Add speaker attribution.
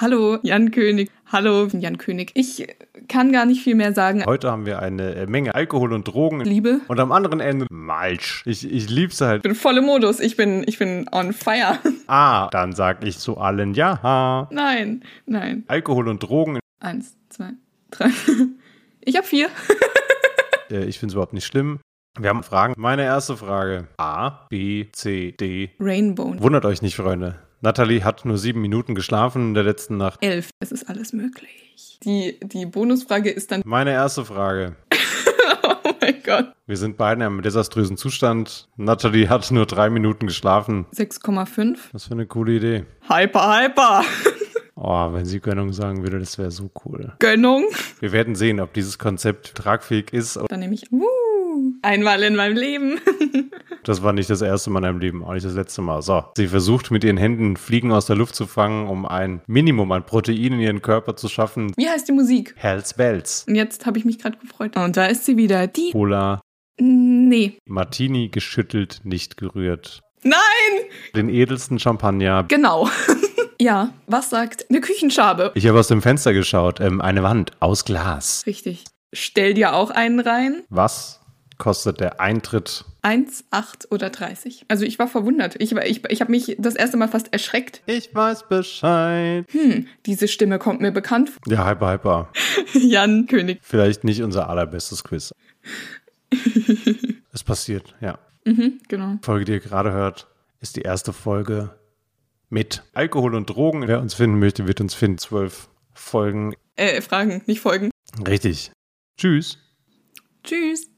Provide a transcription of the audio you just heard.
Speaker 1: Hallo, Jan König. Hallo, Jan König. Ich kann gar nicht viel mehr sagen.
Speaker 2: Heute haben wir eine äh, Menge Alkohol und Drogen.
Speaker 1: Liebe.
Speaker 2: Und am anderen Ende Malsch. Ich, ich lieb's
Speaker 1: Ich
Speaker 2: halt.
Speaker 1: bin voll im Modus. Ich bin, ich bin on fire.
Speaker 2: Ah, dann sag ich zu allen ja.
Speaker 1: Nein, nein.
Speaker 2: Alkohol und Drogen.
Speaker 1: Eins, zwei, drei. Ich hab vier.
Speaker 2: Äh, ich find's überhaupt nicht schlimm. Wir haben Fragen. Meine erste Frage. A, B, C, D.
Speaker 1: Rainbow.
Speaker 2: Wundert euch nicht, Freunde. Natalie hat nur sieben Minuten geschlafen in der letzten Nacht.
Speaker 1: Elf. Es ist alles möglich. Die, die Bonusfrage ist dann.
Speaker 2: Meine erste Frage.
Speaker 1: Oh mein Gott.
Speaker 2: Wir sind beide in einem desaströsen Zustand. Natalie hat nur drei Minuten geschlafen.
Speaker 1: 6,5.
Speaker 2: Was für eine coole Idee.
Speaker 1: Hyper, hyper.
Speaker 2: Oh, wenn sie Gönnung sagen würde, das wäre so cool.
Speaker 1: Gönnung.
Speaker 2: Wir werden sehen, ob dieses Konzept tragfähig ist.
Speaker 1: Dann nehme ich. Woo, einmal in meinem Leben.
Speaker 2: Das war nicht das erste Mal in meinem Leben, auch nicht das letzte Mal. So, sie versucht mit ihren Händen Fliegen aus der Luft zu fangen, um ein Minimum an Protein in ihren Körper zu schaffen.
Speaker 1: Wie heißt die Musik?
Speaker 2: Hells Bells.
Speaker 1: Und jetzt habe ich mich gerade gefreut. Und da ist sie wieder. Die.
Speaker 2: Cola,
Speaker 1: Nee.
Speaker 2: Martini geschüttelt, nicht gerührt.
Speaker 1: Nein!
Speaker 2: Den edelsten Champagner.
Speaker 1: Genau. ja, was sagt eine Küchenschabe?
Speaker 2: Ich habe aus dem Fenster geschaut. Ähm, eine Wand aus Glas.
Speaker 1: Richtig. Stell dir auch einen rein.
Speaker 2: Was kostet der Eintritt?
Speaker 1: Eins, acht oder 30. Also ich war verwundert. Ich, war- ich, ich habe mich das erste Mal fast erschreckt.
Speaker 2: Ich weiß Bescheid.
Speaker 1: Hm, diese Stimme kommt mir bekannt vor.
Speaker 2: Ja, hyper, hyper.
Speaker 1: Jan König.
Speaker 2: Vielleicht nicht unser allerbestes Quiz. es passiert, ja.
Speaker 1: Mhm, genau.
Speaker 2: Die Folge, die ihr gerade hört, ist die erste Folge mit Alkohol und Drogen. Wer uns finden möchte, wird uns finden. Zwölf Folgen.
Speaker 1: Äh, Fragen, nicht Folgen.
Speaker 2: Richtig. Tschüss.
Speaker 1: Tschüss.